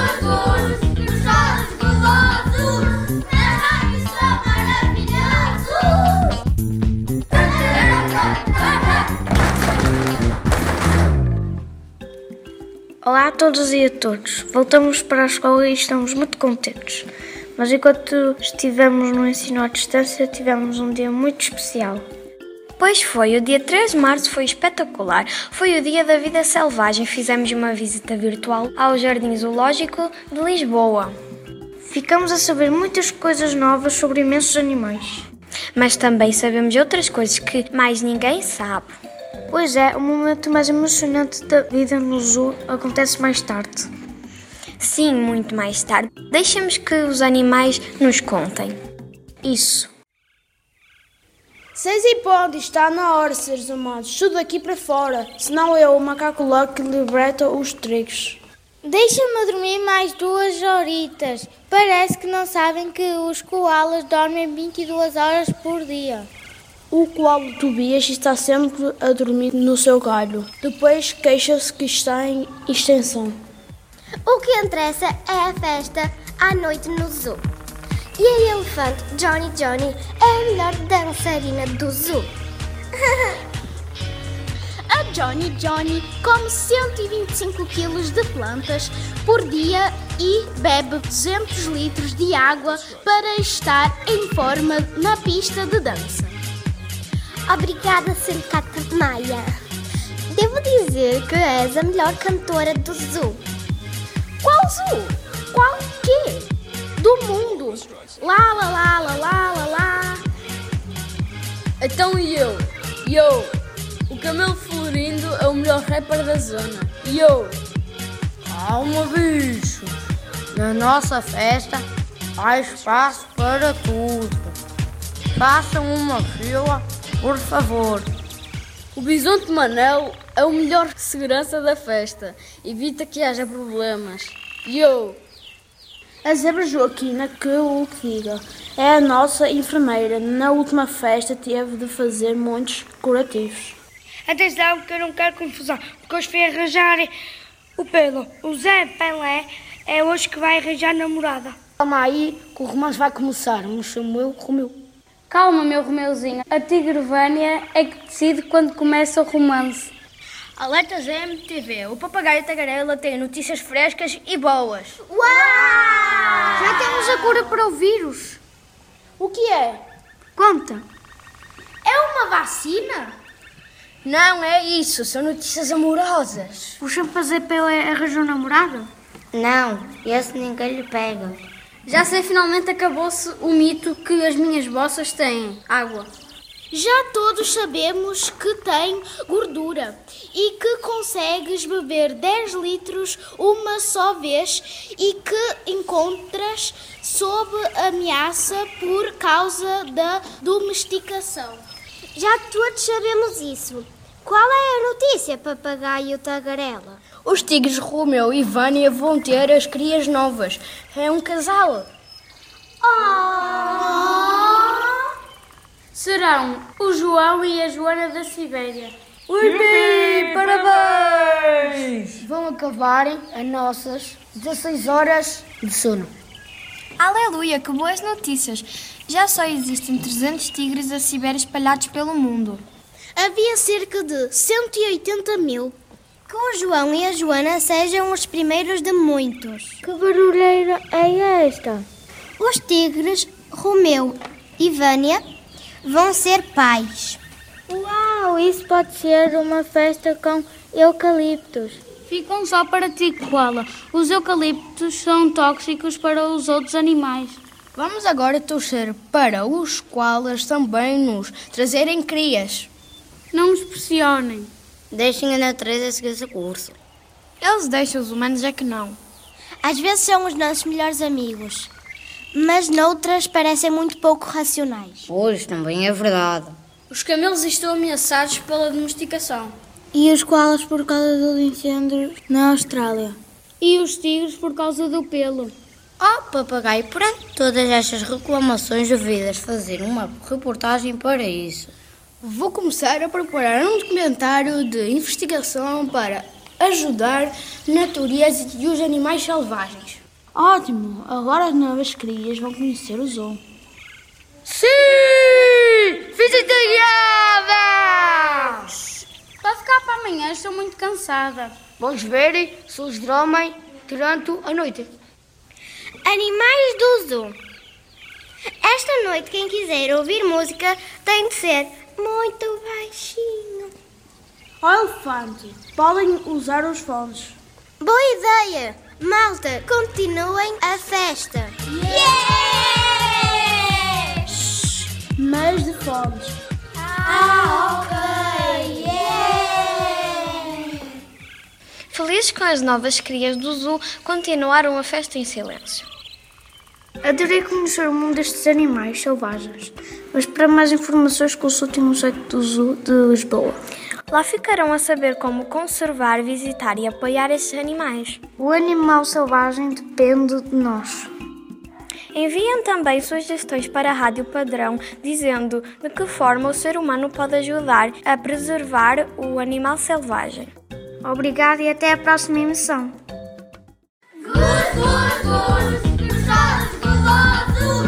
surdos, os olhos gulosos, terra que são maravilhosos. Olá a todos e a todos. Voltamos para a escola e estamos muito contentes. Mas enquanto estivemos no ensino à distância, tivemos um dia muito especial. Pois foi, o dia 3 de março foi espetacular. Foi o dia da vida selvagem. Fizemos uma visita virtual ao Jardim Zoológico de Lisboa. Ficamos a saber muitas coisas novas sobre imensos animais. Mas também sabemos outras coisas que mais ninguém sabe. Pois é, o momento mais emocionante da vida no zoo acontece mais tarde. Sim, muito mais tarde. Deixemos que os animais nos contem. Isso. Seis e ponto, está na hora, seres humanos. Tudo aqui para fora, senão eu, o macaco louco, que liberta os trigos. Deixa-me dormir mais duas horitas. Parece que não sabem que os koalas dormem 22 horas por dia. O koala Tobias está sempre a dormir no seu galho. Depois queixa-se que está em extensão. O que interessa é a festa à noite no zoo. E a elefante Johnny Johnny é a melhor dançarina do zoo. a Johnny Johnny come 125 quilos de plantas por dia e bebe 200 litros de água para estar em forma na pista de dança. Obrigada, Sencata Maia. Devo dizer que és a melhor cantora do zoo. Qual zoo? Qual quê? Do mundo. Lá, lá, lá, lá, lá, lá, lá. Ah, Então e eu? Eu! O Camelo Florindo é o melhor rapper da zona. E eu? Calma, bicho. um Na nossa festa há espaço para tudo. Façam uma fila por favor. O Bisonte Manel é o melhor segurança da festa. Evita que haja problemas. Yo! A zebra Joaquina, que o que diga, é a nossa enfermeira. Na última festa teve de fazer muitos curativos. Atenção, que eu não quero confusão, porque hoje fui arranjar o pelo. O Zé Pelé é hoje que vai arranjar namorada. Calma aí, que o romance vai começar. Um Samuel Romeu. Calma, meu Romeuzinho, a Tigrevânia é que decide quando começa o romance. Alerta MTV, o papagaio tagarela tem notícias frescas e boas. Uau! Já temos a cura para o vírus. O que é? Conta. É uma vacina? Não é isso, são notícias amorosas. O chimpanzé Pelé arranjou namorado? Não, esse ninguém lhe pega. Já sei, finalmente acabou-se o mito que as minhas bolsas têm água. Já todos sabemos que tem gordura e que consegues beber 10 litros uma só vez e que encontras sob ameaça por causa da domesticação. Já todos sabemos isso. Qual é a notícia, papagaio tagarela? Os tigres Romeu e Vânia vão ter as crias novas. É um casal. Oh! Serão o João e a Joana da Sibéria. Ui, parabéns! Vão acabarem as nossas 16 horas de sono. Aleluia, que boas notícias! Já só existem 300 tigres da Sibéria espalhados pelo mundo. Havia cerca de 180 mil que o João e a Joana sejam os primeiros de muitos. Que barulheira é esta? Os tigres Romeu e Vânia vão ser pais. Uau, isso pode ser uma festa com eucaliptos. Ficam só para ti, Koala. Os eucaliptos são tóxicos para os outros animais. Vamos agora torcer para os koalas também nos trazerem crias. Não nos pressionem. Deixem a natureza seguir seu curso. Eles deixam os humanos, é que não. Às vezes são os nossos melhores amigos, mas noutras parecem muito pouco racionais. Pois, também é verdade. Os camelos estão ameaçados pela domesticação. E os koalas por causa do incêndio na Austrália. E os tigres por causa do pelo. Oh, papagaio, perante todas estas reclamações, devidas fazer uma reportagem para isso. Vou começar a preparar um documentário de investigação para ajudar a natureza e os animais selvagens. Ótimo! Agora as novas crias vão conhecer o zoo. Sim! Visita guiada! Pode ficar para amanhã, estou muito cansada. Vamos ver se eles dormem durante a noite. Animais do Zoo. Esta noite, quem quiser ouvir música tem de ser muito baixinho. Ó elefante, podem usar os fones. Boa ideia! Malta, continuem a festa. Mas de fones. Felizes com as novas crias do zoo, continuaram a festa em silêncio. Adorei conhecer o mundo destes animais selvagens, mas para mais informações consultem o site do Zoo de Lisboa. Lá ficarão a saber como conservar, visitar e apoiar estes animais. O animal selvagem depende de nós. Enviem também sugestões para a Rádio Padrão, dizendo de que forma o ser humano pode ajudar a preservar o animal selvagem. Obrigada e até a próxima emissão. Gostoso, gostoso, gostoso.